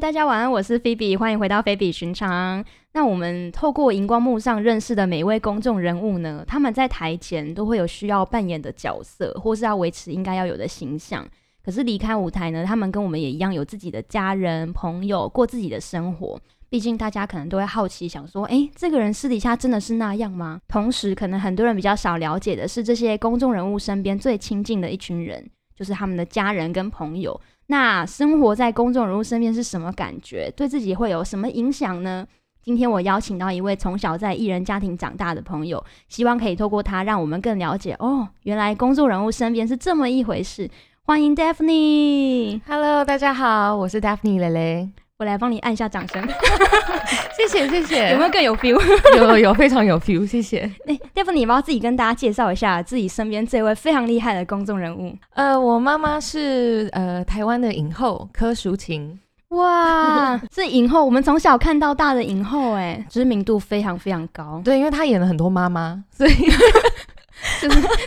大家晚安，我是菲比，欢迎回到菲比寻常。那我们透过荧光幕上认识的每一位公众人物呢，他们在台前都会有需要扮演的角色，或是要维持应该要有的形象。可是离开舞台呢，他们跟我们也一样，有自己的家人、朋友，过自己的生活。毕竟大家可能都会好奇，想说，诶，这个人私底下真的是那样吗？同时，可能很多人比较少了解的是，这些公众人物身边最亲近的一群人，就是他们的家人跟朋友。那生活在公众人物身边是什么感觉？对自己会有什么影响呢？今天我邀请到一位从小在艺人家庭长大的朋友，希望可以透过他让我们更了解哦，原来公众人物身边是这么一回事。欢迎 Daphne， Hello，大家好，我是 Daphne 蕾蕾，我来帮你按一下掌声，谢谢谢谢，哎有没有更有 feel？有有有非常有 feel，谢谢。 哎、d a p h n e 你要不要自己跟大家介绍一下自己身边这位非常厉害的公众人物？ 呃，我妈妈是呃台湾的影后柯淑琴，哇， 是影后，我们从小看到大的影后，哎，知名度非常非常高。对，因为她演了很多妈妈，所以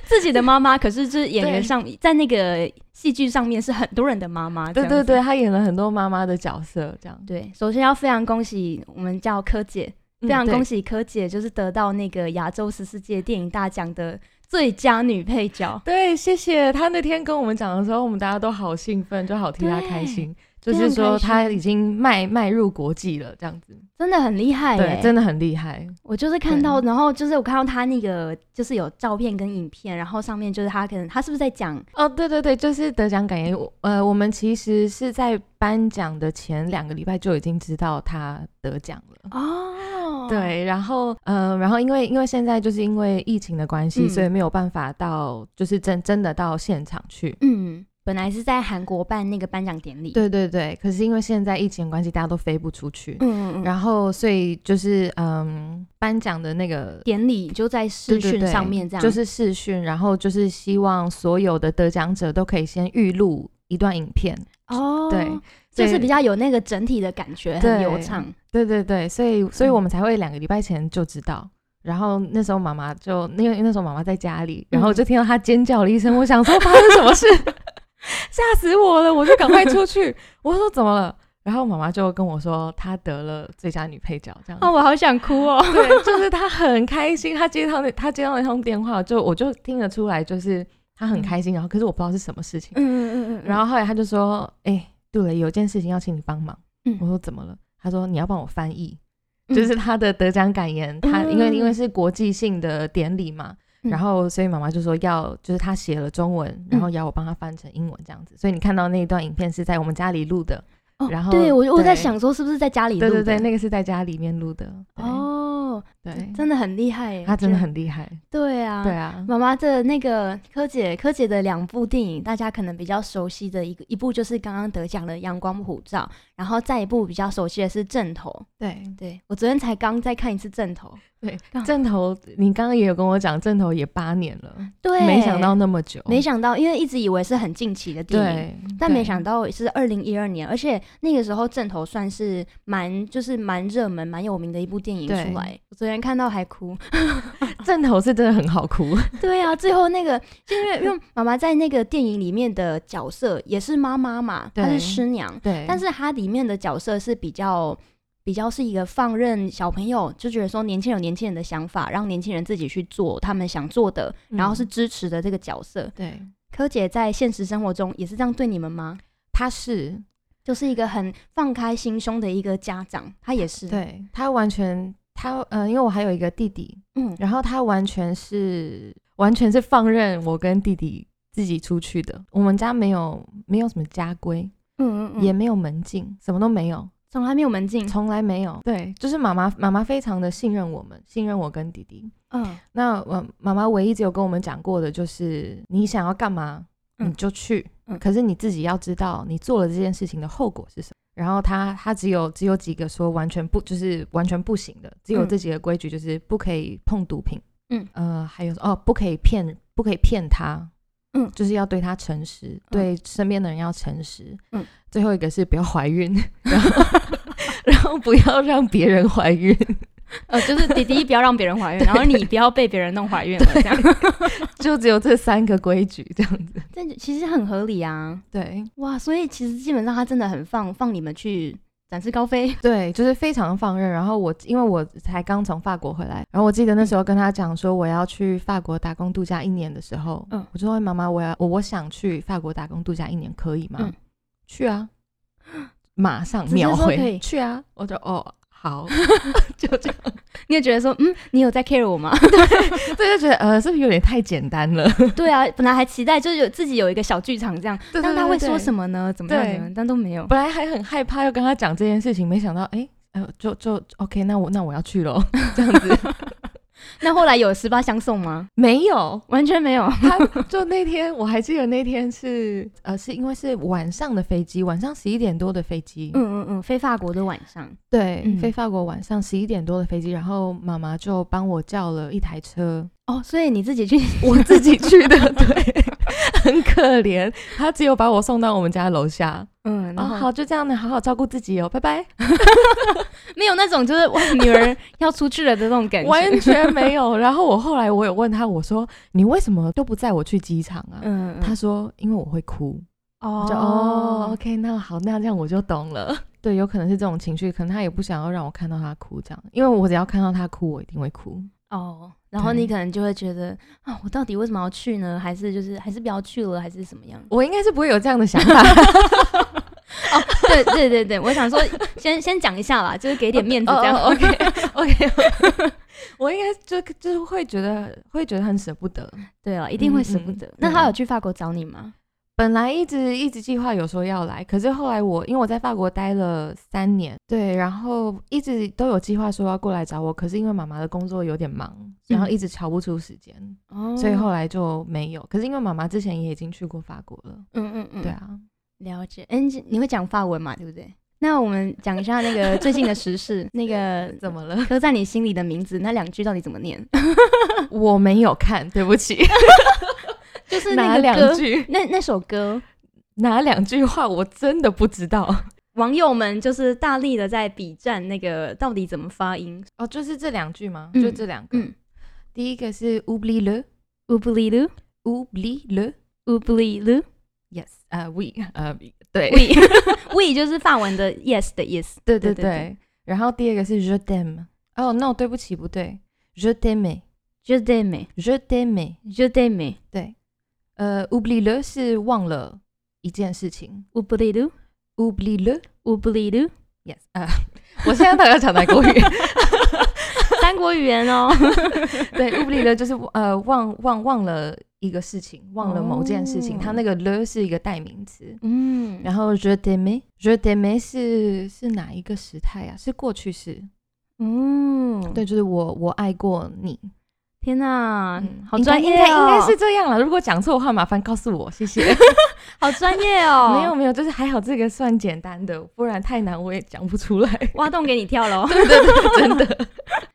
自己的妈妈，可是就是演员上，在那个戏剧上面是很多人的妈妈。对这对样子对，她演了很多妈妈的角色，这样。对，首先要非常恭喜我们叫柯姐，嗯非常恭喜柯姐，就是得到那个亚洲十四届电影大奖的最佳女配角。对。对，谢谢她那天跟我们讲的时候，我们大家都好兴奋，就好替她开心，就是说非常开心她已经迈迈入国际了，这样子。真的很厉害耶、对，真的很厉害。我就是看到，然后就是我看到她那个就是有照片跟影片，然后上面就是她可能她是不是在讲哦，对对对，就是得奖感言。我呃，我们其实是在颁奖的前两个礼拜就已经知道他得奖了。哦，对，然后呃，然后因为因为现在就是因为疫情的关系，嗯所以没有办法到就是真真的到现场去。嗯，本来是在韩国办那个颁奖典礼，对对对，可是因为现在疫情的关系，大家都飞不出去，嗯，嗯嗯，然后所以就是嗯，颁奖的那个典礼就在视对对讯对上面这样，就是视讯，然后就是希望所有的得奖者都可以先预录一段影片，哦，对，就是对比较有那个整体的感觉，很对流畅。对对对，所以所以嗯我们才会两个礼拜前就知道。然后那时候妈妈就因为那时候妈妈在家里，然嗯后我就听到她尖叫了一声，我想说发生什么事， 吓死我了！我就赶快出去，我说怎么了？然后妈妈就跟我说她得了最佳女配角，这样子。哦，我好想哭哦。对，就是她很开心，她接到那她接到那通电话，就我就听得出来，就是她很开心。然后可是我不知道是什么事情。 嗯嗯嗯 然后后来她就说：“哎、对了，有件事情要请你帮忙。”嗯我说：“怎么了？”她说：“你要帮我翻译。”就是他的得奖感言，他因为因为是国际性的典礼嘛，嗯然后所以妈妈就说要，就是他写了中文，然后嗯要我帮他翻成英文这样子，所以你看到那一段影片是在我们家里录的，哦然后对我我在对想说是不是在家里录对对的？对，那个是在家里面录的，对哦，对，真的很厉害耶，他真的觉得很厉害，对啊，对。啊，妈妈的那个柯姐，柯姐的两部电影，大家可能比较熟悉的一个一部就是刚刚得奖的《阳光普照》，然后再一部比较熟悉的是《正头》。对对我昨天才刚再看一次《正头》，对刚，正头，你刚刚也有跟我讲，正头也八年了，对，没想到那么久，没想到，因为一直以为是很近期的电影，对，但没对想到是二零一二年，而且那个时候正头算是蛮就是蛮热门、蛮有名的一部电影对出来。我昨天看到还哭。 正头是真的很好哭，对啊，最后那个 就是因为因为妈妈在那个电影里面的角色也是妈妈嘛，她是对师娘，对，但是她里面的角色是比较。比较是一个放任小朋友，就觉得说年轻人有年轻人的想法，让年轻人自己去做他们想做的，然后是嗯支持的这个角色。对，柯姐在现实生活中也是这样对你们吗？他是就是一个很放开心胸的一个家长，她也是，，对他完全，他呃，因为我还有一个弟弟，嗯，然后他完全是完全是放任我跟弟弟自己出去的。我们家没有没有什么家规，嗯嗯嗯，也没有门禁，什么都没有，从来没有门禁，从来没有。对，就是妈妈妈妈非常的信任我们，信任我跟弟弟。嗯那我妈妈唯一只有跟我们讲过的就是，你想要干嘛嗯你就去，嗯可是你自己要知道你做了这件事情的后果是什么。然后她她只有只有几个说完全不就是完全不行的，只有嗯这几个规矩就是不可以碰毒品，嗯呃还有哦不可以骗不可以骗他，嗯就是要对他诚实，对身边的人要诚实，嗯最后一个是不要怀孕，然后然后不要让别人怀孕， 呃，就是弟弟不要让别人 怀孕，然后你不要被别人弄怀孕了，这样，就只有这三个规矩这样子， 这其实很合理啊，对。哇，所以其实基本上他真的很放放你们去展翅高飞。 对，就是非常放任。然后我因为我才刚从法国回来，然后我记得那时候跟他讲说我要去法国打工度假一年的时候，嗯我就说妈妈，我要我我想去法国打工度假一年，可以吗？嗯 去啊，马上直接秒说可回以去啊！我就哦 好，就这样，你也觉得说，嗯，你有在 care 我吗？ 对，就觉得呃是不是有点太简单了？ 对啊，本来还期待就是有自己有一个小剧场这样，对但他会说什么么？呢？怎么样对呢？但都没有。本来还很害怕要跟他讲这件事情，没想到哎。呃，就就 OK，那我那我要去咯。 这样子那后来有十八相送吗？没有，完全没有。他就那天，我还记得那天是呃，是因为是晚上的飞机，晚上十一点多的飞机，嗯嗯嗯，飞法国的晚上，对，嗯飞法国晚上十一点多的飞机，然后妈妈就帮我叫了一台车，哦，所以你自己去，我自己去的，对，很可怜，她只有把我送到我们家楼下，嗯，然然后、后好就这样的，好好照顾自己哦，拜拜，没有那种就是哇，女儿要出去了的那种感觉。完全没有。然后我后来我有问她，我说你为什么都不载我去机场啊？ 嗯，她说因为我会哭。哦我就哦，OK，那好，那这样我就懂了。 对，有可能是这种情绪，可能他也不想要让我看到他哭，这样，因为我只要看到他哭，我一定会哭。哦，然后对？你可能就会觉得啊，我到底为什么要去呢？还是就是还是不要去了，还是怎么样我应该是不会有这样的想法， 对对对对，我想说先 先讲一下啦，就是给点面哦子这样。 OK OK，我应该就就是会觉得会觉得很舍不得。对了，一定会舍嗯不嗯得嗯。那对他有去法国找你吗？本来一直一直计划有说要来，可是后来我因为我在法国待了三年，对，然后一直都有计划说要过来找我，可是因为妈妈的工作有点忙，然后嗯一直瞧不出时间。哦所以后来就没有。可是因为妈妈之前也已经去过法国了，嗯嗯嗯，对啊，了解。嗯，你你会讲法文嘛？对不对？那我们讲一下那个最近的时事，那 个怎么了？刻在你心里的名字那两句到底怎么念？我没有看，对不 起， 就是那哪个两歌，句 那那首歌，哪两句话我真的不知道。网友们就是大力的在比战那个到底怎么发音。 哦，就是这两句吗？嗯就这两个。嗯第一个是 oublie le ，oublie le oublie le oublie le yes 呃 we 呃对 we we 就是法文的 yes 的 yes。 对对对对对。然后第二个是 je t'aime 哦 no 对不起不对 je t'aime Je t'aime, je t'aime je t'aime, 对呃 oublie le 是忘了一件事情 oublie le oublie le oublie le。 Yes，呃， 我现在到底要讲哪国语？ 三国语言 哦，对，oublie 了就是呃忘忘忘了一个事情，忘了某件事情。哦它那个了是一个代名词。嗯，然后 je t'aime，je t'aime 是是哪一个时态啊？是过去式。嗯，对，就是我我爱过你。天哪、嗯好专业、哦应该应该应该是这样了。如果讲错的话，麻烦告诉我，谢谢。好专业哦， 没有没有，就是还好这个算简单的，不然太难我也讲不出 来。挖洞给你跳喽。对对对，真的。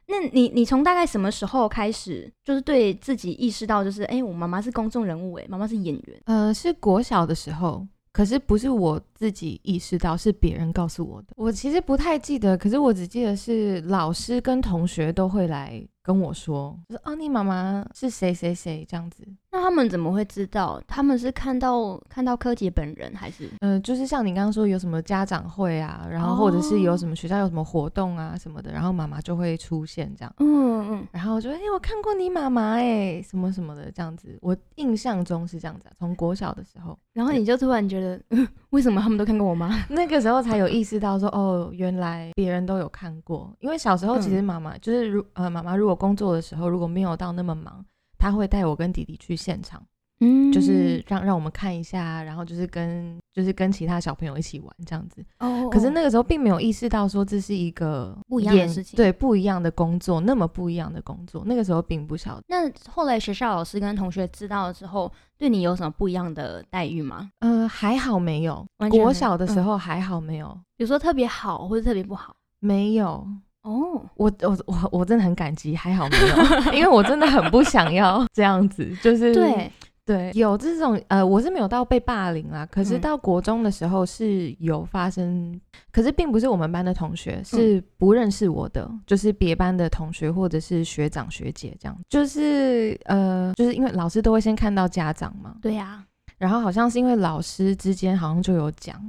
那你你从大概什么时候开始，就是对自己意识到，就是哎、诶我妈妈是公众人物、诶哎，妈妈是演员，呃，是国小的时候，可是不是我自己意识到，是别人告诉我的。我其实不太记得，可是我只记得是老师跟同学都会来跟我说，就是哦，你妈妈是谁谁谁这样子。那他们怎么会知道？他们是看到看到柯洁本人，还是嗯、就是像你刚刚说有什么家长会啊，然后或者是有什么学校有什么活动啊什么的，然后妈妈就会出现这样。嗯嗯，然后我就哎、诶我看过你妈妈哎、什么什么的这样子，我印象中是这样子啊、从国小的时候，然后你就突然觉得，嗯，为什么他们都看过我妈？ 那个时候才有意识到说，哦，原来别人都有看过。因为小时候其嗯实妈妈、就是如呃，妈妈如果工作的时候如果没有到那么忙，她会带我跟弟弟去现场，嗯就是让让我们看一下，然后就是跟就是跟其他小朋友一起玩这样子。哦，可是那个时候并没有意识到说这是一个不一样的演事情对不一样的工作，那么不一样的工作，那个时候并不晓得。那后来学校老师跟同学知道了之后，对你有什么不一样的待遇吗？呃，还好没有，完全没有国小的时嗯候还好没有，比如说特别好或者特别不好？没有。哦，我我我我真的很感激，还好没有，因为我真的很不想要 这样子，就是对，对，有这种呃，我是没有到被霸凌啦，可是嗯到国中的时候是有发生，可是并不是我们班的同学，嗯是不认识我的，就是别班的同学或者是学长学姐这样，就是呃，就是因为老师都会先看到家长嘛，对呀、然后好像是因为老师之间好像就有讲，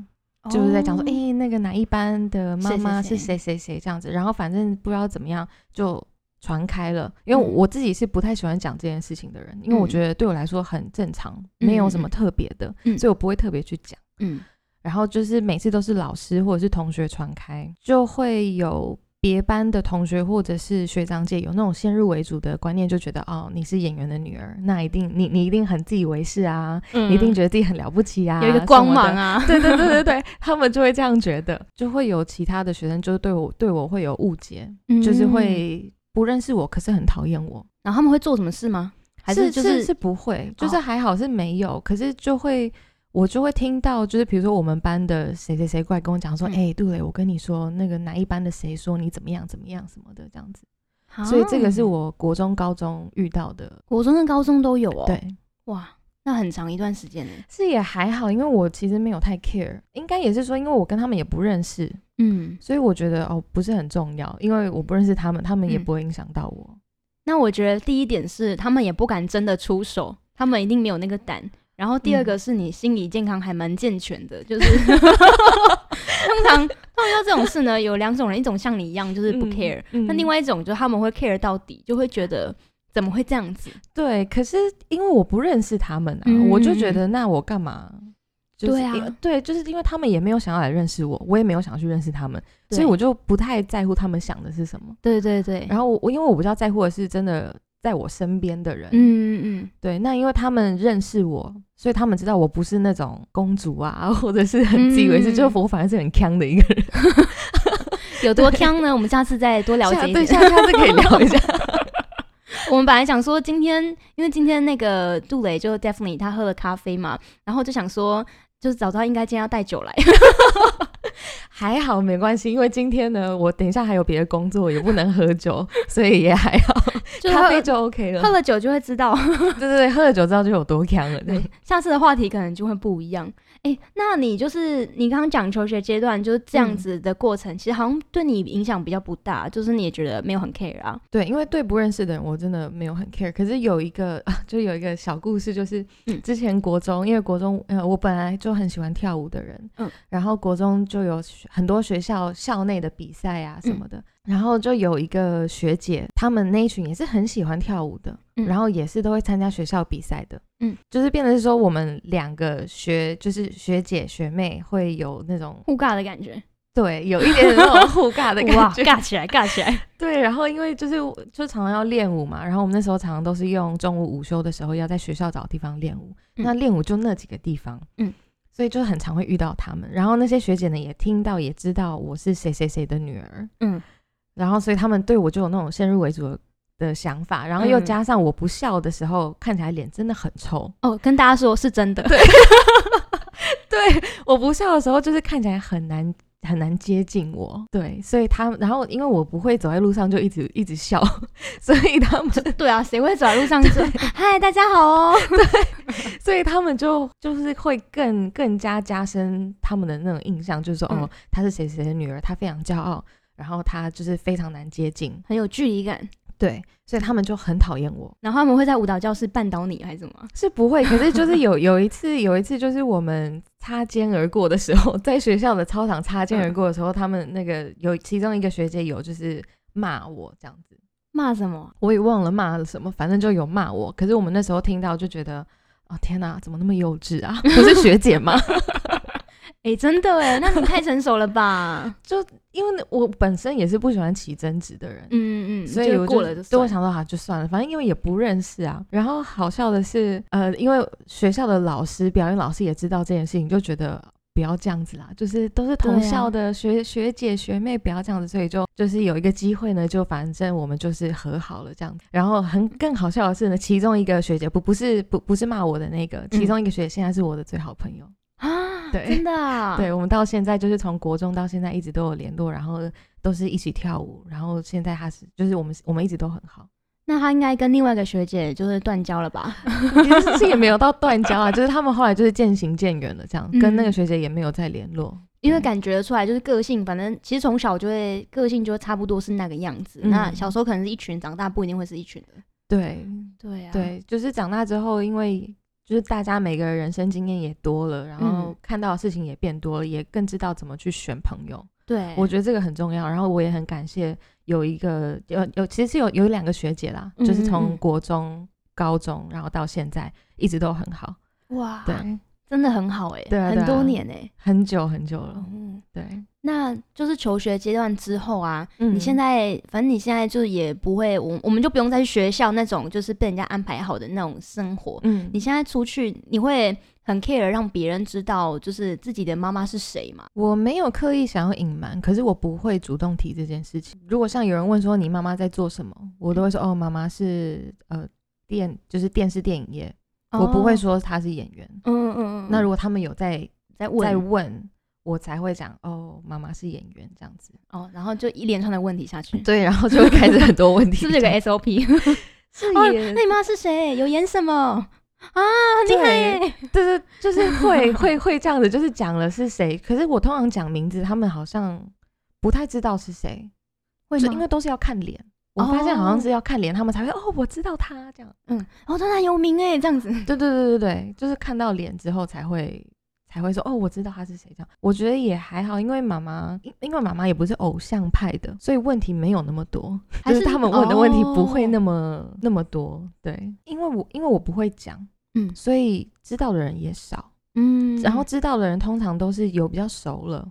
就是在讲说，哦哎、那个哪一班的妈妈谁谁是谁谁谁谁这样子，然后反正不知道怎么样就传开了，因为嗯我自己是不太喜欢讲这件事情的人，因为我嗯觉得对我来说很正常，没有什嗯么嗯嗯特别的，嗯所以我不会特别去讲。嗯然后就是每次都是老师或者是同学传开，就会有别班的同学或者是学长姐有那种先入为主的观念，就觉得哦，你是演员的女儿，那一定你你一定很自以为是啊，嗯你一定觉得自己很了不起啊，有一个光什么芒的。啊， 对对对对对，他们就会这样觉得，就会有其他的学生就是对我对我会有误解，就是嗯。会不认识我，可是很讨厌我。然后他们会做什么事吗？还是就是不会，就是哦还好是没有，可是就会我就会听到，就是比如说我们班的谁谁谁过来跟我讲说，哎、嗯杜蕾，我跟你说那个哪一班的谁说你怎么样怎么样什么的这样子，所以这个是啊我国中、高中遇到的，国中跟高中都有哦。，对，哇，那很长一段时间呢。是也还好，因为我其实没有太 care，应该也是说，因为我跟他们也不认识，嗯，所以我觉得哦不是很重要，因为我不认识他们，他们也嗯不会影响到我。那我觉得第一点是他们也不敢真的出手，他们一定没有那个胆。然后第二个是你心理健康还蛮健全的，就是 通常碰到这种事呢，有两种人，一种像你一样就是不 care，、那另外。外一种就是他们会 care 到底，就会觉得怎么会这样子？对，可是因为我不认识他们啊，嗯我就觉得那我干嘛？就是对啊因对，就是因为他们也没有想要来认识我，我也没有想要去认识他们，所以对我就不太在乎他们想的是什么。对对对，然后我我因为我比较在乎的是真的在我身边的人，嗯嗯对，那因为他们认识我，所以他们知道我不是那种公主啊， 或者是很自以为是，嗯就是我反而是很强的一个人。嗯，有多坑呢？我们下次再多了下解一对，点。下下次可以聊一下。我们本来想说今天，因为今天那个杜蕾就 Daphne 她喝了咖啡嘛，然后就想说，就是早知道应该今天要带酒来。 还好没关系，因为今天呢，我等一下还有别的工作，也不能喝 酒，所以也还好，就是咖喝啡就 OK 啊了喝。了酒就会知道，对对对，喝了酒知道就有多强了。对对， 下次的话题可能就会不一样。哎、那你就是你刚刚讲求学阶段就是这样子的过程，其实好像对你影响比较不大，就是你也觉得没有很 care 啊。对，因为对不认识的人我真的没有很 care。可是有一个， 就有一个小故事，就是嗯之前国中，因为国中呃，我本来就很喜欢跳舞的人，嗯然后国中就有学很多学校校内的比赛啊什么的，然后就有一个学姐，他们那一群也是很喜欢跳舞的，嗯然后也是都会参加学校比赛的，嗯，就是变成是说我们两个学就是学姐学妹会有那种互尬的感觉，对有一点点那种互尬的 哇，感觉，尬起来，尬起来，对，然后因为就是我就常常要练舞嘛，然后我们那时候常常都是用中午午休的时候要在学校找地方练舞，嗯那练舞就那几个地方，嗯，所以就很常会遇到他们。然后那些学姐呢也听到也知道我是谁谁谁的女儿， 嗯，然后所以他们对我就有那种先入为主的的想法，然后又嗯加上我不笑的时候看起来脸真的很臭，哦，跟大家说是真的， 对，我不笑的时候就是看起来很难。很难接近我，对，所以他，然后因为我不会走在路上就一直一直笑， 所以他们 对啊，谁会走在路上 说嗨，大家好哦？所以他们就就是会更更加加深他们的那种印象，就是说、嗯哦，她是谁谁的女儿，她非常骄傲，然后她就是非常难接近， 很有距离感，对，所以他们就很讨厌我。然后他们会在舞蹈教室绊倒你还是什么啊？是不会，可是就是有有一次，有一次就是我们擦肩而过的时候， 在学校的操场擦肩而过的时候，他们那个有其中一个学姐有就是骂我这样子，骂什么？我也忘了骂了什么，反正就有骂我。可是我们那时候听到就觉得，哦天哪，怎么那么幼稚啊？ 不是学姐吗？哎、真的哎，那你太成熟了吧？因为我本身也是不喜欢起争执的人， 嗯嗯嗯，所以就我过了就对算我了想说啊，就算了，反正因为也不认识啊。然后好笑的是，呃，因为学校的老师、表演老师也知道这件事情，就觉得。不要这样子啦，就是都是同对啊校的学、学姐学妹，不要这样子，所以就就是有一个机会呢，就反正我们就是和好了这样子。然后很更好笑的是呢，其中一个学姐不不是不不是骂我的那个，嗯其中一个学姐现在是我的最好朋友，啊，对真的、啊，对，我们到现在就是从国中到现在一直都有联络，然后都是一起跳舞，然后现在他是就是我们我们一直都很好，那他应该跟另外一个学姐就是断交了吧？ 其实也没有到断交啊，就是他们后来就是渐行渐远了，这样、跟那个嗯学姐也没有再联络。因为对感觉出来就是个性，反正其实从小就会个性就会差不多是那个样子。嗯嗯那小时候可能是一群，长大不一定会是一群的。对对啊，对，就是长大之后，因为就是大家每个人人生经验也多了，然嗯后看到的事情也变多了，也更知道怎么去选朋友。对，我觉得这个很重要。然后我也很感谢有一个有有，其实是有有两个学姐啦，嗯就是嗯嗯从国中、高中，然后到现在一直都很好，哇，对，真的很好哎、对啊对很多啊年哎、很久很久了。嗯，对，那就是求学阶段之后啊，嗯你现在反正你现在就也不会，我我们就不用在学校那种就是被人家安排好的那种生活。嗯你现在出去，你会很 care 让别人知道就是自己的妈妈是谁吗？我没有刻意想要隐瞒，可是我不会主动提这件事情。如果像有人问说你妈妈在做什么，我都会嗯说哦，妈妈是呃电，就是电视电影业，我不会哦，说她是演员。嗯嗯嗯。那如果他们有在再问在问，我才会讲哦，妈妈是演员这样子。 哦，然后就一连串的问题下去，对，然后就会开始很多问题， 是不是有个 SOP？是哦，也 那你妈是谁？有演什么？啊，很厉害对耶！对对，就是会会会这样子，就是讲了是谁，可是我通常讲名字，他们好像不太知道是谁，会就吗因为都是要看脸。我发现好像是要看脸，他们才会哦，我知道他这样。嗯，哦，他很有名哎，这样子。对对对对对，就是看到脸之后才会才会说哦，我知道他是谁这样。我觉得也还好，因为妈妈因因为妈妈也不是偶像派的，所以问题没有那么多，还就是是他们问的问题不会那么么、那么多。对，因为我因为我不会讲，嗯所以知道的人也少。嗯，然后知道的人通常都是有比较熟了，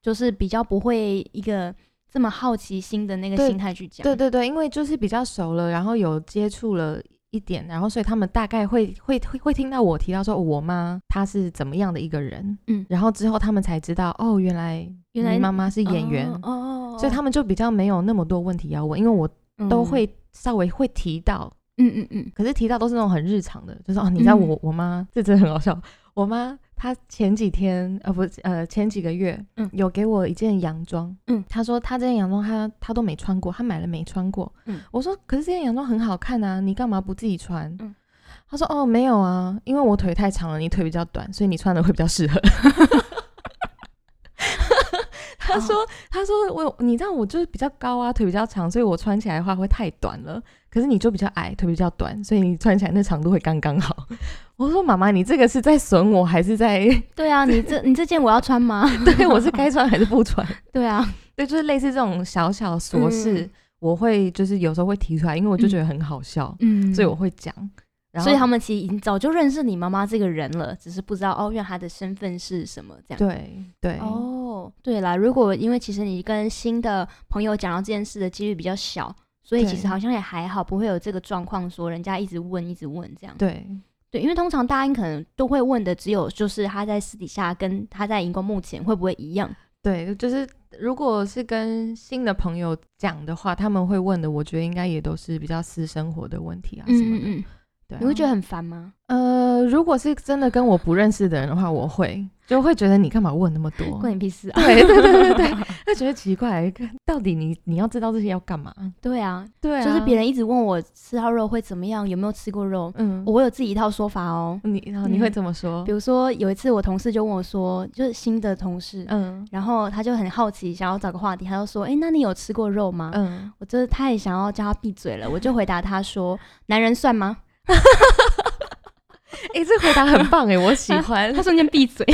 就是比较不会一个这么好奇心的那个对心态去讲。对对对，因为就是比较熟了，然后有接触了一点，然后所以他们大概会会会会听到我提到说哦我妈她是怎么样的一个人，嗯然后之后他们才知道哦，原来原来你妈妈是演员，哦哦，哦所以他们就比较没有那么多问题要问，因为我都，会稍微会提到，嗯嗯嗯嗯，嗯可是提到都是那种很日常的，就是哦，你知道我、我妈这真的很好笑，我妈她前几天呃不是呃前几个月，嗯有给我一件洋装，嗯她说她这件洋装她她都没穿过，她买了没穿过，嗯我说可是这件洋装很好看啊，你干嘛不自己穿？嗯她说哦没有啊，因为我腿太长了，你腿比较短，所以你穿的会比较适合。 她说：“她说我，你知道我就是比较高啊，腿比较长，所以我穿起来的话会太短了。可是你就比较矮，腿比较短，所以你穿起来那长度会刚刚 好。我说妈妈，你这个是在损我，还是在 对啊，你这你这件我要穿吗？ 对我是该穿还是不穿？对啊，对，就是类似这种小小琐事，嗯我会就是有时候会提出来，因为我就觉得很好笑，嗯，所以我会讲。然后所以他们其实已经早就认识你妈妈这个人了，只是不知道哦，原来她的身份是什么这样。对对、哦，对啦，如果因为其实你跟新的朋友讲到这件事的几率比较小，所以对其实好像也还好，不会有这个状况，说人家一直问一直问这样。对对，因为通常大家可能都会问的只有就是他在私底下跟他在荧光幕前会不会一样。啊对，就是如果是跟新的朋友讲的话，他们会问的，我觉得应该也都是比较私生活的问题啊什么的。嗯，对啊、你会觉得很烦吗？呃，如果是真的跟我不认识的人的话，我会就会觉得你干嘛问那么多？关你屁事啊！对对对对对，会觉得奇怪，到底你你要知道这些要干嘛？ 对啊，对就是别人一直问我吃到肉会怎么样，有没有吃过肉，嗯，我有自己一套说法哦。你然后你会嗯怎么说比？如说有一次我同事就问我说，就是新的同事，嗯然后他就很好奇，想要找个话题，他就说：“哎，那你有吃过肉吗？”嗯，我真的太想要叫他闭嘴 了，我就回答他说：“男人算吗哎，这回答很棒哎，我喜欢？” 他，瞬间闭 嘴，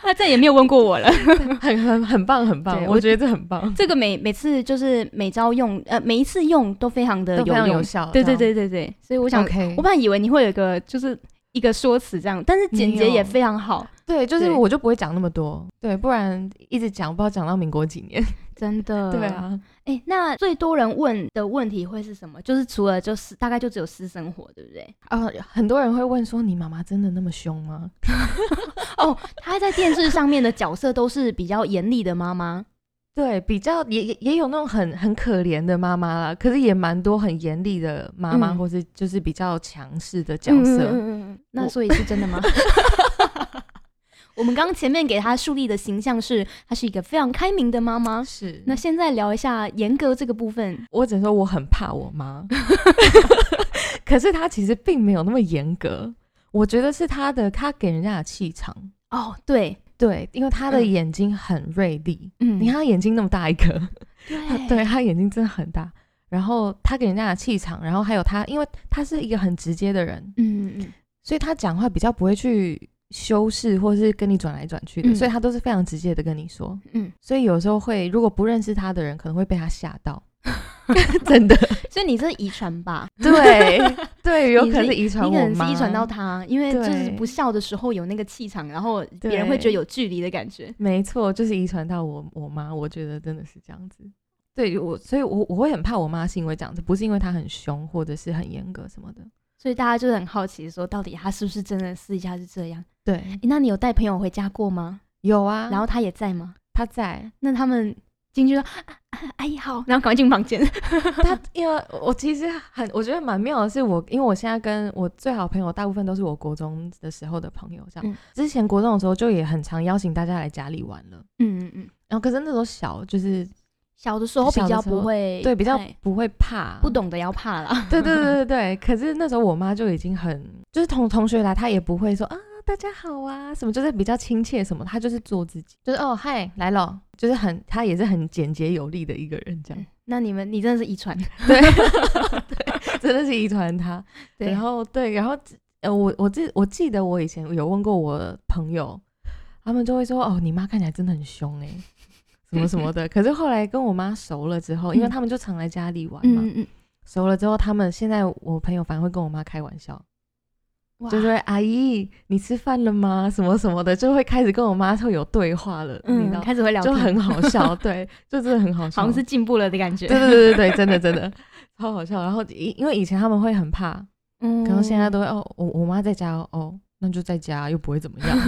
他再也没有问过我了。 很很很棒很棒对，我我觉得这很棒，这个每每次就是每招用，呃，每一次用都非常的 都非有常用。有效。对这对样，对对对，所以我想 OK，我本来以为你会有一个就是一个说辞这样，但是简洁没有也非常好，对，就是对我就不会讲那么多，对，不然一直讲，不知道讲到民国几 年。真的。对，啊，哎、那最多人问的问题会是什么？就是除了就是大概就只有私生活，对不对？啊，很多人会问说，你妈妈真的那么凶吗？他在电视上面的角色都是比较严厉的妈妈，对，比较也也也有那种很很可怜的妈妈啦，可是也蛮多很严厉的妈妈，嗯或是就是比较强势的角嗯色。嗯嗯嗯那我所以是真的 吗？我们刚刚前面给她树立的形象是，她是一个非常开明的妈妈。是，嗯那现在聊一下严格这个部分，我只能说我很怕我妈， 可是她其实并没有那么严格，我觉得是她的她给人家的气场。哦，对，对，因为她的嗯眼睛很锐利，嗯哎你看，她眼睛那么大一个，她啊对对，她眼睛真的很大。然后她给人家的气场，然后还有她，因为她是一个很直接的人，嗯嗯，所以他讲话比较不会去修饰或是跟你转来转去的，嗯所以他都是非常直接的跟你说。嗯，所以有时候会，如果不认识他的人，可能会被他吓 到。真的，所以你这遗传吧， 对对，有你可能是遗传你可我能妈，是遗传到他，因为就是对不笑的时候有那个气场，然后别人会觉得有距离的感觉。没错，就是遗传到我我妈，我觉得真的是这样子。对我，所以我我会很怕我妈是因为这样子，不是因为她很凶或者是很严格什么的。所以大家就是很好奇，说到底他是不是真的私底下是这样？对，诶那你有带朋友回家过吗？有啊，然后他也在吗？她 在，那他们进去说啊啊阿姨好，然后赶快进房间。她因为我其实很我觉得蛮妙的是我，因为我现在跟我最好朋友大部分都是我国中的时候的朋友，这样、嗯之前国中的时候就也很常邀请大家来家里玩了。 嗯嗯嗯，然后可是那时候小，就是小的时候比小较的时候不会，对比较哎不会怕，不懂得要怕 啦。对对对对对，可是那时候我妈就已经很，就是同同学来，她也不会说啊大家好啊什么，就是比较亲切什么，她就是做自己，就是哦嗨来了，就是很她也是很简洁有力的一个人，这样、那你们你真的是遗传，对对， 真的是遗传 她。嗯对然后对，然后呃我我记我记得我以前有问过我朋友，他们就会说哦你妈看起来真的很 凶哎、什么什么的，可是后来跟我妈熟了之后，因为嗯他们就常来家里玩嘛，嗯嗯嗯，熟了之后，他们现在我朋友反而会跟我妈开玩笑，哇就是会阿姨你吃饭了吗？ 什么什么的，就会开始跟我妈会有对话了，你知嗯道，开始会聊就天，很好笑，对，就真的很好笑， 好像是进步了的感觉。 对对对对对，真的 真的超好笑。然后因因为以前他们会很怕，嗯可能现在都会哦，我我妈在家哦哦，那就在家又不会怎么样，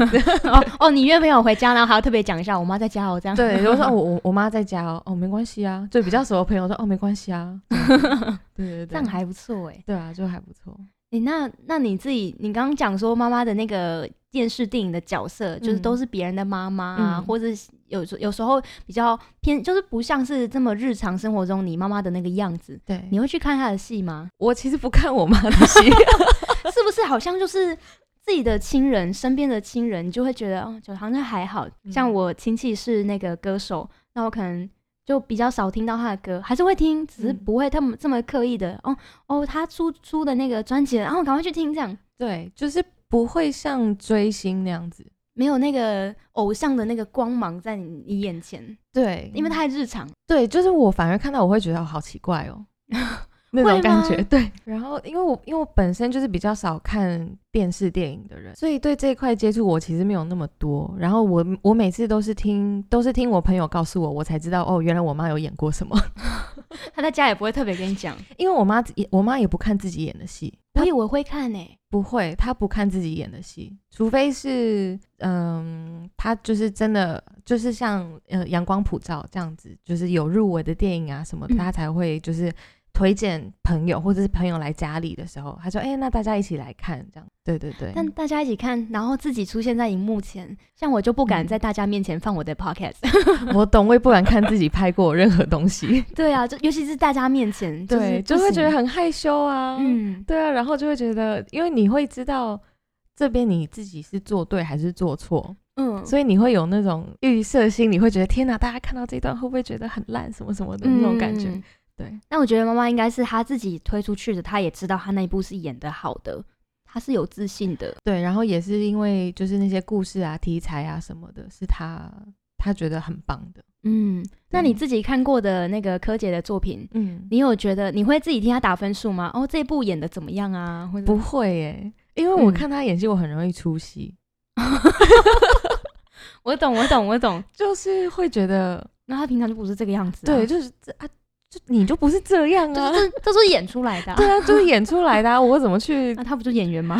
哦哦，你约朋友回家，然后还要特别讲一下，我妈在家哦，这样。对，我说哦我我我妈在家哦哦没关系啊，就比较熟的朋友说哦没关 系啊，这样子对对对，这样还不错哎、对啊，就还不错。诶那那你自己，你刚刚讲说妈妈的那个电视电影的角色，就是嗯都是别人的妈妈啊，嗯或者是有时有时候比较偏，就是不像是这么日常生活中你妈妈的那个样子。对，你会去看她的戏吗？ 我其实不看我妈的戏，是不是好像就是自己的亲人、身边的亲人，你就会觉得哦，就好像还好。嗯像我亲戚是那个歌手，那我可能就比较少听到他的歌，还是会听，只是嗯不会这么这么刻意的。哦哦，他出出的那个专辑了，然后赶快去听，这样对，就是不会像追星那样子。没有那个偶像的那个光芒在你你眼前，对，嗯因为太日常。对，就是我反而看到我会觉得好奇怪哦， 那会种感觉吗。对，然后因为我因为我本身就是比较少看电视电影的人，所以对这一块接触我其实没有那么多。然后我我每次都是听都是听我朋友告诉我，我才知道哦，原来我妈有演过什么。 他在家也不会特别跟你讲，因为我妈也我妈也不看自己演的戏， 我她以为会看欸呢、不会，她不看自己演的戏，除非是嗯，她就是真的就是像呃阳光普照这样子，就是有入围的电影啊什么的，嗯她才会就是推荐朋友或者是朋友来家里的时候，她说哎、那大家一起来看这样，对对对，但大家一起看，然后自己出现在荧幕前，像我就不敢嗯在大家面前放我的 podcast。我懂，我也不敢看自己拍过任何东西， 对 啊，就尤其是大家面前，对，就就是不会觉得行很害羞啊，嗯，对啊，然后就会觉得，因为你会知道这边你自己是做对还是做错，嗯，所以你会有那种预设心，你会觉得天哪，大家看到这一段会不会觉得很烂什么什么的、那种感觉？嗯对，那我觉得妈妈应该是她自己推出去的，她也知道她那一部是演的好的，她是有自信的。对，然后也是因为就是那些故事啊、题材啊什么的，是他他觉得很棒的。嗯，那对你自己看过的那个柯姐的作品，嗯，你有觉得你会自己听她打分数吗？哦，这一部演的怎么样啊？或者不会耶，因为我嗯看他演戏，我很容易出戏，我懂，我懂，我懂。就是会觉得那她平常就不是这个样子、啊，对，，就是这啊，就你就不是这样就啊。是这这是演出来的、啊。 对啊，就是演出来的、啊，我怎么 去那？她不就演员吗？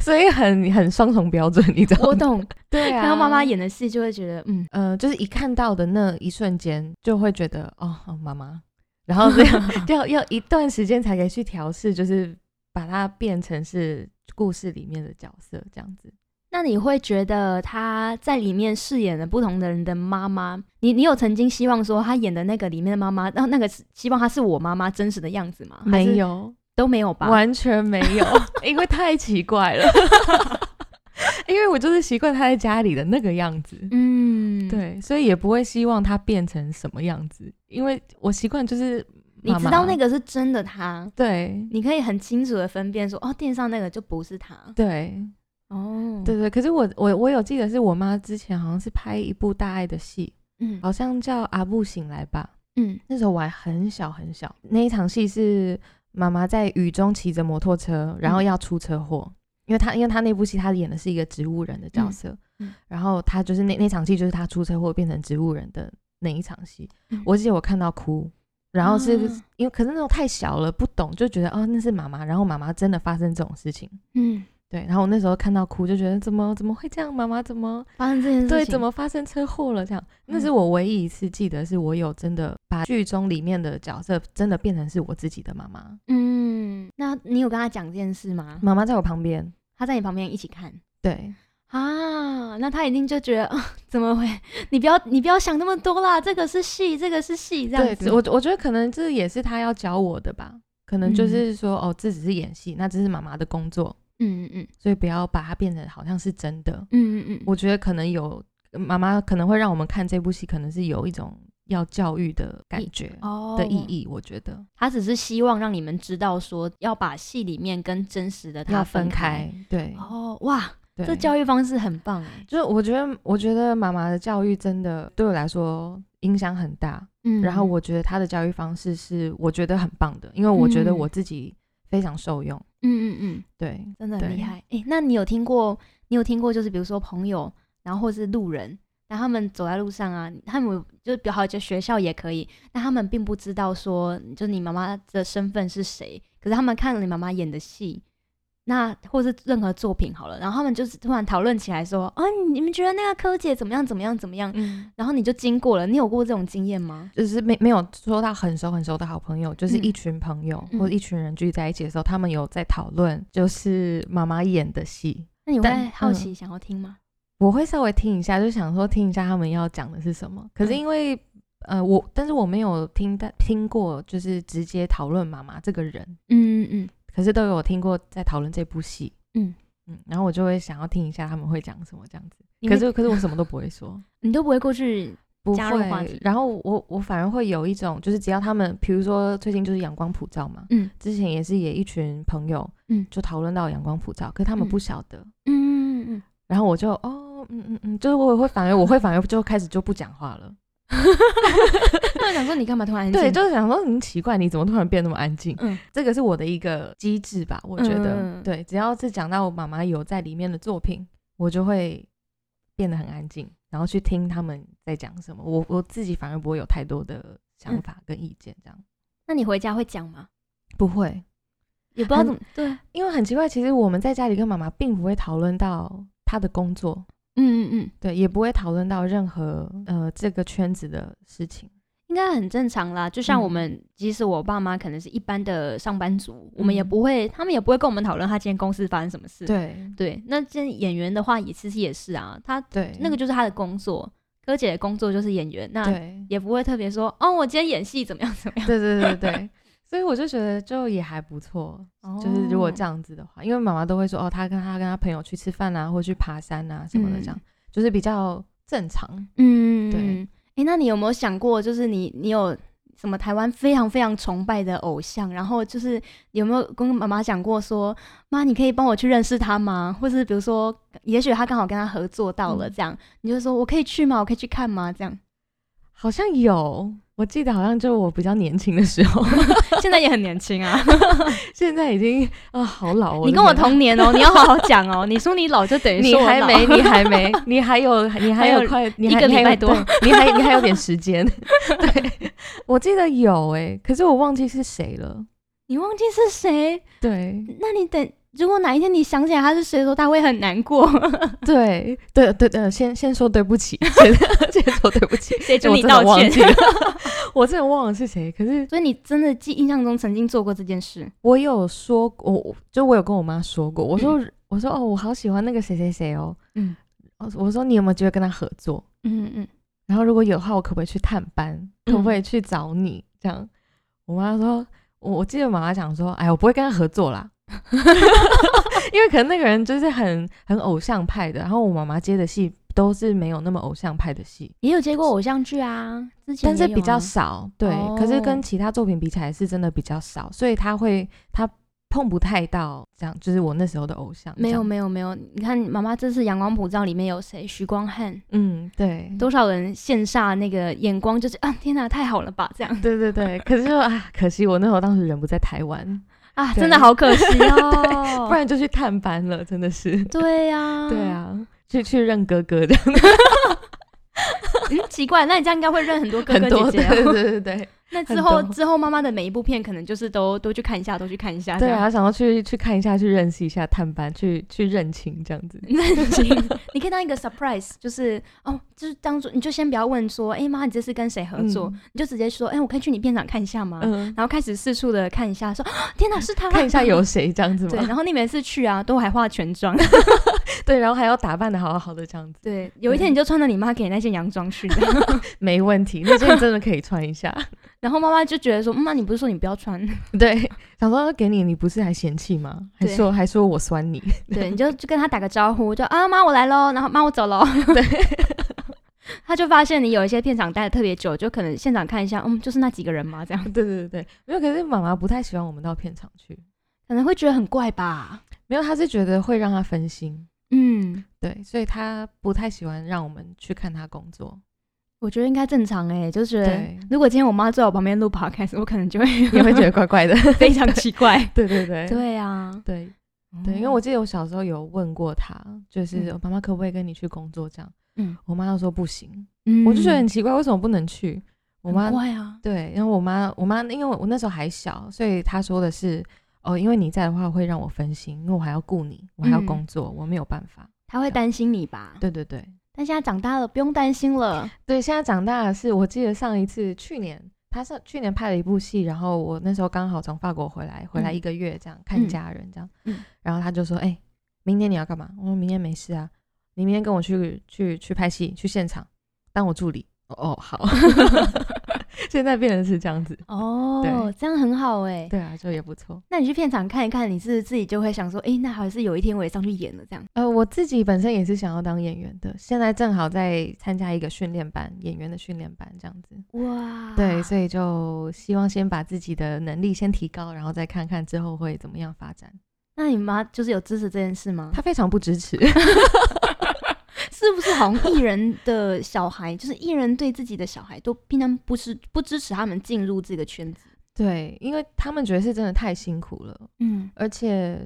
所以很很双重标准，你知道吗？我懂，对 啊，看到妈妈演的戏就会觉得，嗯，呃，就是一看到的那一瞬间，就会觉得哦，哦妈妈，然后这样 要要一段时间才可以去调试，就是把它变成是故事里面的角色这样子。那你会觉得她在里面饰演了不同的人的妈妈，你你有曾经希望说她演的那个里面的妈妈，然后那个是希望她是我妈妈真实的样子吗？还是没有，都没有吧？完全没有， 因为太奇怪了， 因为我就是习惯他在家里的那个样子。嗯，，对，所以也不会希望他变成什么样子，因为我习惯就是你你妈知妈道那个是真的他，对你可以很清楚的分辨说，哦，电上那个就不是他。对哦，对，对，可是我我我有记得是我妈之前好像是拍一部大爱的戏，嗯好像叫《阿布醒来吧》，嗯那时候我还很小很小，那一场戏是妈妈在雨中骑着摩托车，嗯然后要出车祸，因为她因为她那部戏她演的是一个植物人的角色，嗯嗯然后她就是那那场戏就是她出车祸变成植物人的那一场戏，嗯我记得我看到哭。然后是、啊因为可是那种太小了，不懂就觉得哦那是妈妈，然后妈妈真的发生这种事情，嗯，对。然后我那时候看到哭就觉得怎么怎么会这样，妈妈怎么发生这件事情，嗯对，怎么发生车祸了？这样，那是我唯一一次记得，是我有真的把剧中里面的角色真的变成是我自己的妈妈，嗯，那你有跟他讲这件事吗？妈妈在我旁边。他在你旁边一起看对，啊，那他一定就觉得，啊，怎么会？你不要，你不要想那么多啦，这个是戏，这个是戏，这样子。对我我觉得可能这也是他要教我的吧，可能就是说、哦，这只是演戏，那这是妈妈的工作，嗯嗯所以不要把它变成好像是真的。嗯嗯嗯，我觉得可能有妈妈可能会让我们看这部戏，可能是有一种要教育的感觉哦的意。义，我觉得他只是希望让你们知道说，要把戏里面跟真实的他要分开。开。对，哦，哇，对这教育方式很棒哎。就是我觉得，我觉得妈妈的教育真的对我来说影响很大。嗯然后我觉得她的教育方式是我觉得很棒的，因为我觉得嗯我自己非常受用。嗯嗯嗯，对，真的很对厉害。哎、那你有听过？你有听过？就是比如说朋友，然后或是路人，然后他们走在路上啊，他们就比较好，就学校也可以，但他们并不知道说，就是你妈妈的身份是谁。可是他们看了你妈妈演的戏，那或是任何作品好了，然后他们就是突然讨论起来说：“啊，你们觉得那个柯姐怎么样？怎么样？怎么样嗯，？”然后你就经过了，你有过这种经验吗？就是没没有说到很熟很熟的好朋友，就是嗯一群朋友、嗯或者一群人聚在一起的时候，他们有在讨论就是妈妈演的戏。那你会但好奇想要听吗？我会稍微听一下，就想说听一下他们要讲的是什么。可是嗯因为、呃，我但是我没有听到听过，就是直接讨论妈妈这个人。嗯嗯嗯，可是都有听过在讨论这部戏，嗯嗯，然后我就会想要听一下他们会讲什么这样子。你可会是可是我什么都不会说，你都不会过去，不加入话题会。然后我我反而会有一种，就是只要他们，比如说最近就是阳光普照嘛，嗯之前也是也一群朋友，嗯就讨论到阳光普照，可是他们嗯不晓得，嗯嗯嗯。然后我就哦，嗯嗯嗯，就是我会反而我会反而就开始就不讲话了，那我想说，你干嘛突然安静对，就是想说很奇怪，你怎么突然变那么安静？嗯这个是我的一个机制吧，我觉得，嗯对，只要是讲到我妈妈有在里面的作品，我就会变得很安静，然后去听他们在讲什么，我我自己反而不会有太多的嗯想法跟意见，这样、那你回家会讲吗？不会，也不知道怎么对，因为很奇怪，其实我们在家里跟妈妈并不会讨论到她的工作，嗯嗯嗯，对，也不会讨论到任何呃这个圈子的事情，应该很正常啦。就像嗯我们，即使我爸妈可能是一般的上班族，我们也嗯不会，他们也不会跟我们讨论他今天公司发生什么事。对对，那这演员的话也其实也是啊，他对，那个就是他的工作，柯姐的工作就是演员，那对也不会特别说哦，我今天演戏怎么样怎么样。对对对对， 所以我就觉得就也还不错，就是如果这样，样子的话，因为妈妈都会说哦，她跟她跟她朋友去吃饭啊，或去爬山啊什么的，嗯这样、就是比较正常。嗯，对对。哎，那你有没有想过，就是你你有什么台湾非常非常崇拜的偶像，然后就是有没有跟妈妈讲过说，妈，你可以帮我去认识他吗？或是比如说，也许他刚好跟他合作到了，嗯这样、你就说我可以去吗？我可以去看吗？这样好像有，我记得好像就我比较年轻的时候， 现在也很年轻啊，现在已经啊、好老哦。你跟我的天啊同年哦，你要好好讲哦，你说你老就等于你说我还老没，你还 没，你还有，你还还有有快，你一还个你还礼拜有多对你 还你还有点时间。对，我记得有诶、可是我忘记是谁了。 你忘记是谁？对，那你等，如果哪一天你想起来他是谁的时候，他会很难过。对，对，对，对，先先说对不起，先 先说对不起， 谁我准你真的道忘歉？记了，我真的忘了是谁。可是所以你真的记印象中曾经做过这件事？我有说过，我就我有跟我妈说过，我说、我说哦，我好喜欢那个谁谁谁哦，嗯哦，我说你有没有机会跟他合作？嗯嗯。然后如果有的话，我可不可以去探班？可不可以去找你？这样，我妈说，我我记得妈妈讲说，哎，我不会跟他合作啦。 因为可能那个人就是很很偶像派的，然后我妈妈接的戏都是没有那么偶像派的戏，也有接过偶像剧啊，之前但是也有比较啊少，对。可是哦跟其他作品比起来，是真的比较少，所以他会他碰不太到这样，就是我那时候的偶像。没有有，没有没有，你看妈妈这次《阳光普照》里面有谁？许光汉，嗯，对，多少人羡煞那个眼光，就是啊，天哪，太好了吧，这 样对对对。可是就啊，可惜我那时候当时人不在台湾，啊，对真的好可惜 不哦。然就去探班了，真的是。对呀，对，啊，去去认哥哥的，嗯，奇怪，那你这样应该会认很多哥很哥多姐姐对哦。对 对对对那很之后多之后，妈妈的每一部片可能就是都都去看一下，都去看一下。对，啊，想要去去看一下，去认识一下探班，去去认亲这样子。那行，你可 以当一个 surprise，就是哦，就是当做你就先不要问说，哎、妈，你这次跟谁合作？你就直接说，哎、我可以去你片场看一下吗？嗯，嗯，然后开始四处的看一下，说啊天哪，是他，看一下有谁这样子 对，吗？然后你每次去啊，都还化全妆。 对，然后还要打扮的好好的这样子， 对，有一天你就穿着你妈给你那件洋装去 的，没问题，那件真的可以穿一下。然后妈妈就觉得说，嗯妈，你不是说你不要穿？ 对，想说给你，你不是还嫌弃吗？还对说还说我酸你，对，你就就跟她打个招呼，就啊妈我来喽，然后妈我走喽。对， 他就发现你有一些片场待的特别久，就可能现场看一下，嗯，就是那几个人嘛，这样 对对对对，没有。可是妈妈不太喜欢我们到片场去，可能会觉得很怪吧。没有，她是觉得会让她分心，嗯，对，所以她不太喜欢让我们去看她工作。我觉得应该正常哎、就觉得对，如果今天我妈坐在我旁边录 podcast，我可能就会 也会觉得怪怪的。非常奇怪。 对对 对对啊，对对，因为我记得我小时候有问过她，就是嗯妈妈可不可以跟你去工作这样？嗯，我妈就说不行，嗯我就觉得很奇怪，为什么不能去？我妈很怪啊，对，然后我妈，我妈因为我我那时候还小，所以她说的是，哦，因为你在的话会让我分心，因为我还要顾你，我还要嗯工作，我没有办法。她会担心你吧？对对对但现在长大了，不用担心了。对，现在长大了是，我记得上一次去年，她上去年拍了一部戏，然后我那时候刚好从法国回来，回来嗯一个月这样、嗯看家人这样，嗯然后她就说，哎、明天你要干嘛？我说明天没事啊，你明天跟我去去去拍戏，去现场当我助理。哦哦，好， 现在变成是这样子，哦对，这样很好哎。对啊，就也不错。那你去片场看一看，你是不是自己就会想说，哎，那还是有一天我也上去演了这样。呃，我自己本身也是想要当演员的，现在正好在参加一个训练班，演员的训练班这样子。哇，对，所以就希望先把自己的能力先提高，然后再看看之后会怎么样发展。那你妈就是有支持 这件事吗？他非常不支持， 是不是好像艺人的小 孩，就是艺人对自己的小孩都平常不是不支持他们进入这个圈子？对，因为他们觉得是真的太辛苦了，嗯，而且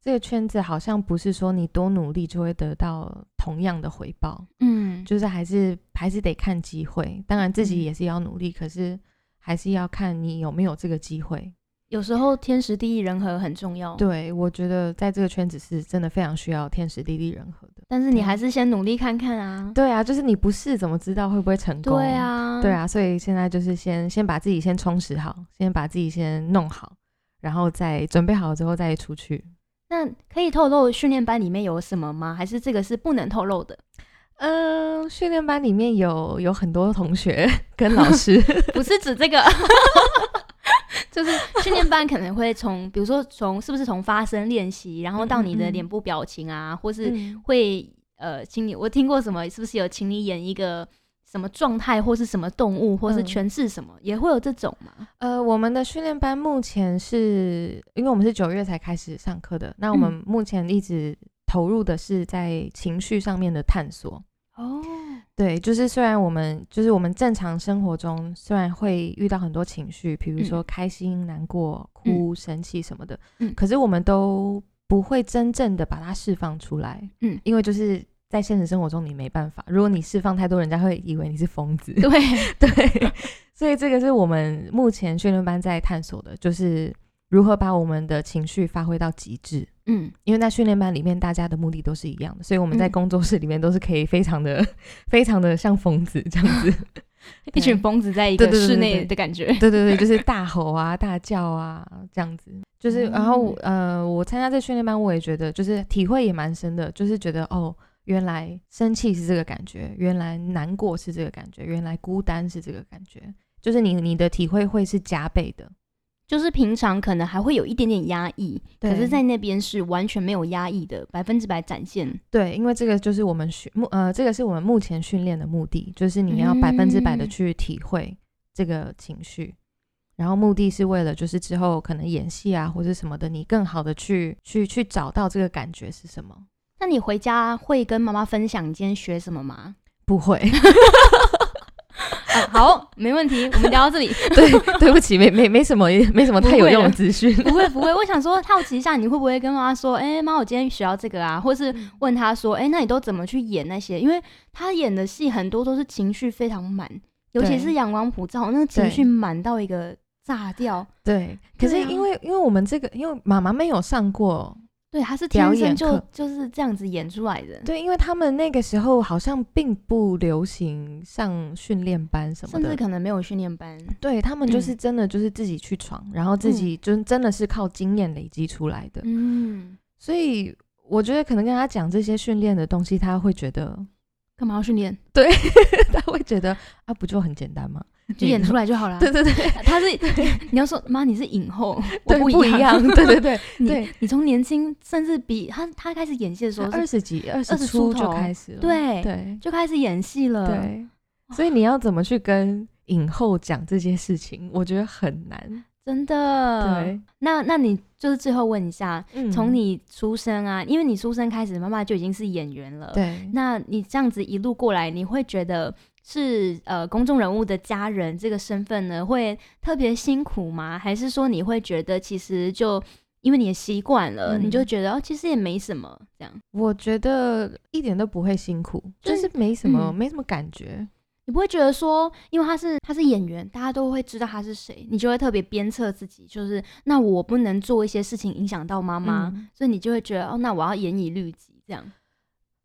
这个圈子好像不是说你多努力就会得到同样的回报，嗯，就是还是还是得看机会。当然自嗯己也是要努力，可是还是要看你有没有这个机会。有时候天时地利人和很重要。，对，我觉得在这个圈子是真的非常需要天时地利人和的。但是你还是先努力看看啊。对啊，就是你不试怎么知道会不会成功？对，啊，对，啊，所以现在就是先先把自己先充实好，先把自己先弄好，然后再准备好之后再出去。那可以透露训练班里面有什么吗？还是这个是不能透露的？嗯，训练班里面有有很多 同学跟老师，不是指这个， 就是训练班可能会从，比如说从是不是从发声练习，然后到你的嗯嗯嗯脸部表情啊，或是嗯会呃，请你我听过什么，是不是有请你演一个什么状态，或是什么动物，或是嗯诠释什么，也会有这种嘛？呃，我们的训练班目前是因为我们是九月才开始上课的，那我们嗯目前一直投入的是在情绪上面的探索。哦，对，就是虽然我们就是我们正常生活中虽然会遇到很多情绪，比如说开心、难过、哭、生气什么的，嗯可是我们都不会真正的把它释放出来，嗯因为就是在现实生活中你没办法，如果你释放太多，人家会以为你是疯子，对， 对，所以这个是我们目前训练班在探索的，就是如何把我们的情绪发挥到极致。嗯，因为在训练班里面，大家的目的都是一样的，所以我们在嗯工作室里面都是可以非常的、非常的像疯子这样子。一对群疯子在一对个对对室对内对的感觉。对对 对，就是大吼啊、大叫啊这样子。就是，然后我呃，我参加这训练班，我也觉得就是体会也蛮深的，就是觉得哦，原来生气是这个感觉，原来难过是这个感觉，原来孤单是这个感觉，就是你你的体会会是加倍的。 就是平常可能还会有一点点压抑，可对是，在那边是完全没有压抑的，百分之百展现。对，因为这个就是我们训目呃，这个是我们目前训练的目的，就是你要百分之百的嗯去体会这个情绪，然后目的是为了就是之后可能演戏啊或者什么的，你更好的去去去找到这个感觉是什么。那你回家会跟妈妈分享你今天学什么吗？不会， 啊好，没问题，我们聊到这里。对，对不起，没没没什么，也没什么不太有会用的了资讯。 不会不会，我想说好奇一下，你会不会跟妈妈说，哎、妈，我今天学到这个啊，或是问她说，哎、那你都怎么去演那些？因为她演的戏很多都是情绪非常满，尤其对是《阳光普照》，那个情对绪满到一个炸掉。 对，可是对啊因为、因为我们这个，因为妈妈没有上过，对，她是表天生演就课就是这样子演出来的，对，因为他们那个时候好像并不流行上训练班什么甚的至，可能没有训练班。对他们嗯就是真的就是自己去闯，然后自己就真的是靠经验累积出来的，嗯，所以我觉得可能跟他讲这些训练的东西，他会觉得 干嘛要训 练？他会觉得啊，不就很简单吗？ 就演出来就好了。对对对， 她是你要说妈，你是影后，我对不一样，对对对你对， 你从年轻，甚至比她她开始演戏的时候二是，十几二十20出出就头开始了，对呃对就开始演戏了。对，所以你要怎么去跟影后讲这些事情，我觉得很难。真的。对，那那你就是最后问一下，嗯呃从你出生啊，因为你出生开始，妈妈就已经是演员了。。对那你这样子一路过来，你会觉得是呃公众人物的家人这个身份呢，会特别辛苦吗？还是说你会觉得其实就因为你也习惯了，嗯你就觉得哦其实也没什么这样，我觉得一点都不会辛苦，就就是是没什么、嗯没什么感觉。你不会觉得说因为他是他是演员，大家都会知道他是谁，你就会特别鞭策自己，就是那我不能做一些事情影响到妈妈，嗯所以你就会觉得哦，那我要严以律己这样。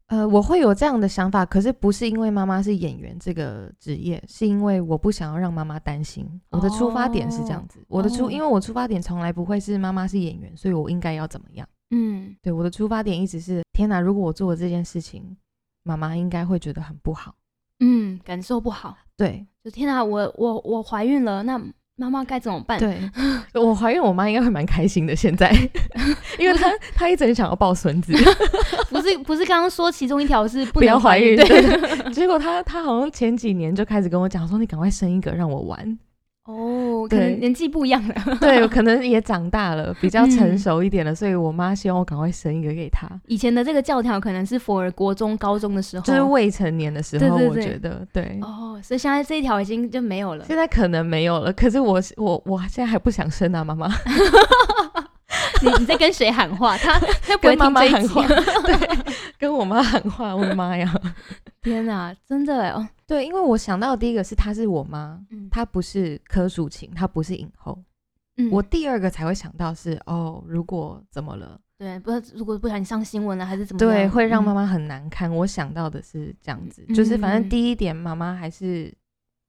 呃，我会有这样的想法，可是不是因为妈妈是演员这个职业，是因为我不想要让妈妈担心。我的出发点是这样子，我的出、哦因为我出发点从来不会是妈妈是演员，所以我应该要怎么样？嗯，对，我的出发点一直是天哪，如果我做了这件事情，妈妈应该会觉得很不好。嗯，感受不好，对就天啊，我我我怀孕了，那妈妈该怎么办？ 对，我怀孕，我妈应该会蛮开心的。现在，因为她她一直很想要抱孙子， 不是不是刚刚说其中一条是 不不要能怀怀孕。对，对结果她她好像前几年就开始跟我讲说，你赶快生一个让我玩。 哦，可对能年纪不一样了， 对，我可能也长大了，比较成嗯熟一点了，所以我妈希望我赶快生一个给她。以前的这个教条可能是佛尔国中、高中的时候，就是未成年的时对候，对我对觉得哦对。哦，所以现在这一条已经就没有了 现。在可能没有了，可是我我我现在还不想生啊，妈 妈你你在跟谁喊话？ 他他不会跟听妈妈这一喊集话，对，跟我妈喊话，我的妈呀！ 天哪，真的哎哦， 对，因为我想到的第一个是她是我妈，嗯她不是柯淑琴，她不是影后。嗯我第二个才会想到是哦，如果怎么了，对，不如果不小心上新闻了还是怎么样？嗯对，会让妈妈妈很难堪。我想到的是这样子，就是反正嗯第一点，妈妈还是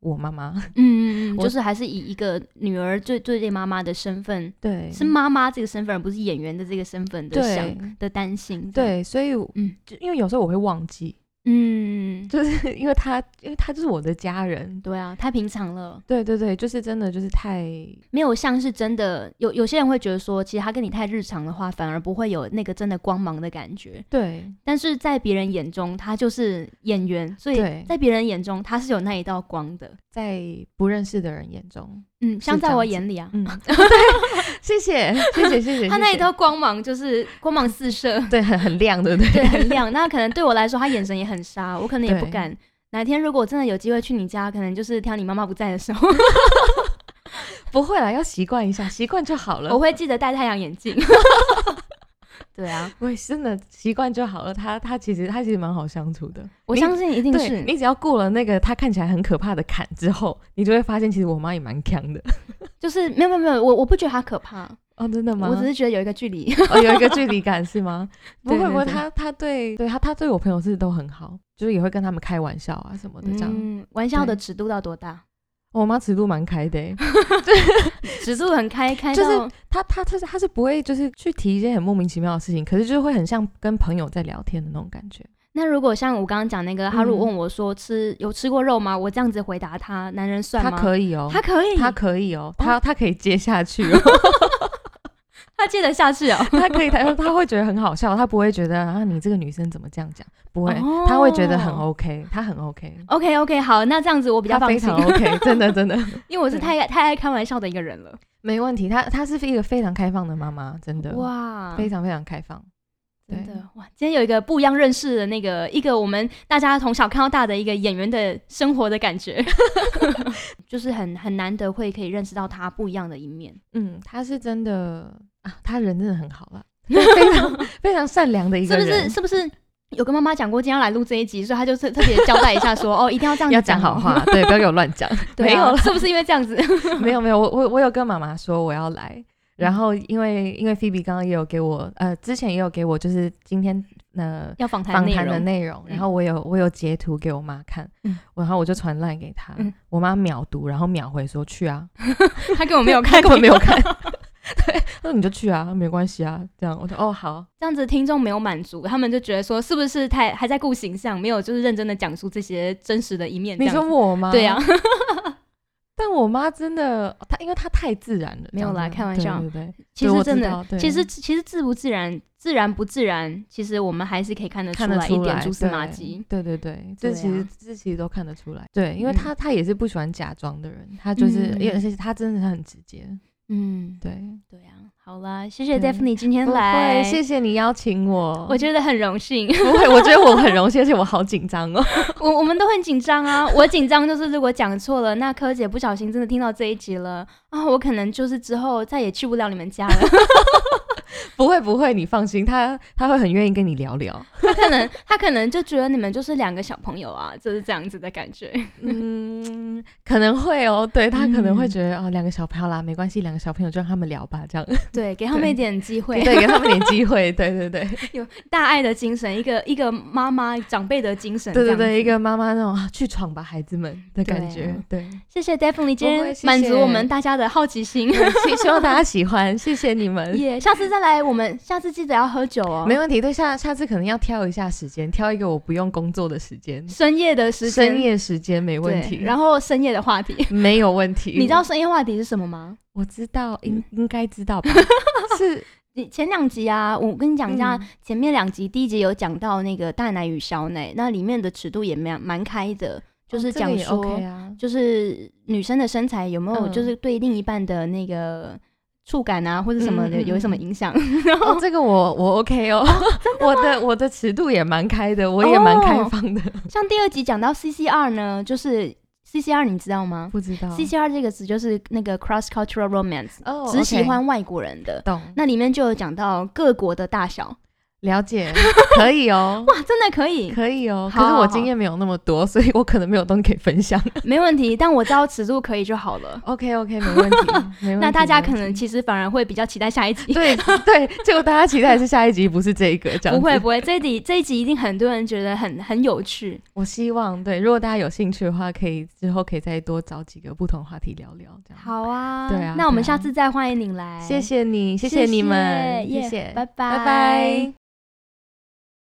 我妈妈，嗯嗯嗯，我就是还是以一个女儿最最对妈妈的身份 对，是妈妈这个身份，而不是演员的这个身份的想对的担心。，对，所以嗯嗯，就因为有时候我会忘记， 嗯，就是因为她，因为她就是我的家人。对啊，太平常了，对对对，就是真的就是太没有像是真的。有有些人会觉得说，其实他跟你太日常的话，反而不会有那个真的光芒的感觉。对但是在别人眼中，他就是演员，所以对，在别人眼中，他是有那一道光的。在不认识的人眼中，嗯，像是这在我样子眼里啊，嗯， 对，谢谢谢谢谢谢，他那谢一谢道光芒 就是光芒四射。对很很亮，对不对？对，很亮。那可能对我来说，他眼神也很杀，我可能也不对敢。哪天如果真的有机会去你家，可能就是挑你妈妈不在的时候，不会啦，要习惯一下，习惯就好了我。会记得戴太阳眼镜。 对啊，我也真的习惯就好了。他他其实他其实蛮好相处的，我你相信一定对是你只要过了那个他看起来很可怕的坎之后，你就会发现其实我妈也蛮强的。就是没有没有没有，我我不觉得他可怕，哦，真 的吗？我只是觉得有一个距 离。哦有一个距离感是吗？不对会对不会，对他他对对他他对我朋友是都很好，就是也会跟他们开玩笑啊什么的这样。嗯，玩笑的对尺度到多 大？我妈尺度蛮开的欸、 尺度很开，开就是到她她她是她是不会就是去提一些很莫名其妙的事情，可是就是会很像跟朋友在聊天的那种感觉。那如果像我刚刚讲那个，他如果嗯问我说吃有吃过肉吗？我这样子回答他，男人算他吗？可以哦，他可以，他他可以哦，他他可以接下去 哦，他接得下 去哦。他可以，他他会觉得很好笑，他不会觉得啊你这个女生怎么这样讲，不会，哦他会觉得很 OK，他很 OK， OK OK，好，那这样子我比较他放非心常，OK，真的真 的 因为我是太太爱开玩笑的一个人了。没问题，他他是一个非常开放的妈妈，真的哇，非常非常开放，真的对哇！今天有一个不一样认识的那个一个我们大家从小看到大的一个演员的生活的感觉， 就是很很难得会可以认识到他不一样的一面。嗯，他是真的啊，他人真的很好 了，非常非常善良的一是个不人，是？是不是有跟妈妈讲过今天要来录这一集，所以她就是特别交代一下说， 哦，一定要这样子要讲好哦，话，对，不要给我乱 讲。对啊没有了，是不是因为这样子？ 没有没有，我我我有跟妈妈说我要嗯来，然后因为因为菲比刚刚也有给我，呃，之前也有给我，就是今天呃要访谈访内谈的容，内容，然后我有我有截图给我妈看，嗯然后我就传烂给她，嗯我妈秒读，然后秒回说 去啊，她根本没有看过根本，没有看。 对，那你就去啊，没关系啊，这样我说哦好， 这样子听众没有满足，他们就觉得说是不是太还在顾形象，没有就是认真的讲出这些真实的一面。你这样说我吗？对啊，，但我妈真的，她因为她太自然了，没有啦讲真的开玩笑对对对，其对实我知真的道，对其实其实自不自然，自然不自然，其实我们还是可以看得出看得来一出点来蛛丝马迹。对对对，这对其实、啊这其实都看得出来。对，因为嗯他、他也是不喜欢假装的人，他就是，嗯也而且他真的很直接。嗯，对，对啊。好啦，谢谢对 Daphne 今天不来会，，谢谢你邀请我。我觉得很荣幸。不会，我觉得我很荣幸，而且我好紧张哦。 我我们都很紧张啊，我紧张就是如果讲错了，那柯姐不小心真的听到这一集了啊，我可能就是之后再也去不了你们家了。不会不会，你放心，他他会很愿意跟你 聊聊。她可能她可能就觉得你们就是两个小朋友啊，就是这样子的感觉。嗯，可能会哦，对他可能会嗯觉得、哦，两个小朋友啦，没关系，两个小朋友就让他们聊吧，这样 对，给他们对一点机会，对，给他们点机会，对对对。有大爱的精神，一个一个妈妈长辈的精神。对这对样对，子一个妈妈那种啊去闯吧，孩子们的感对觉啊。 对，谢谢 Daphne 今不天会谢谢满足我们大家的好奇 心，希希望大家喜欢，谢谢你们。耶！下次再来，我们下次记得要喝酒哦，没问题，对下下次可能要挑一下时间，挑一个我不用工作的时间，深夜的时间，深夜时间对没问题，然后深夜的话题，没有问题。你知道深夜话题是什么吗？我知道，应应该知道吧？嗯 是你前两集啊，我跟你讲一下，嗯前面两集，第一集有讲到那个大奶与小奶，那里面的尺度也蛮蛮开的，就是哦这个讲也说， OK 啊，就是女生的身材有没有嗯就是对另一半的那个触感啊，或者什么的嗯嗯嗯有什么影响？ 哦，这个我我 OK 哦，我的哦我的尺度也蛮开的，我也蛮开放的，像第二集讲到 CCR 呢，就是 CCR 你知道吗不知道？CCR 这个词就是那个 cross cultural romance，哦，只喜 OK，欢外国人的。懂，那里面就有讲到各国的大小，了解，可以哦。哇，真的可 以，可以哦，可好是好我好经验没有那么多，所以我可能没有东西可以分享。没问题。但我知道尺度可以就好了。 OK OK，没问题，没问题。那大家没可问能题其实反而会比较期待下一集。对对，结果大家期待的是下一集，不是这一个 这样。不会，不会，这一集这一集一定很多人觉得很很有趣。我希望对，如果大家有兴趣的话，可以之后可以再多找几个不同话题聊聊这样。，好啊，对啊那我们对啊下次再欢迎您来，谢谢你，谢谢你们，耶谢谢，拜拜，拜拜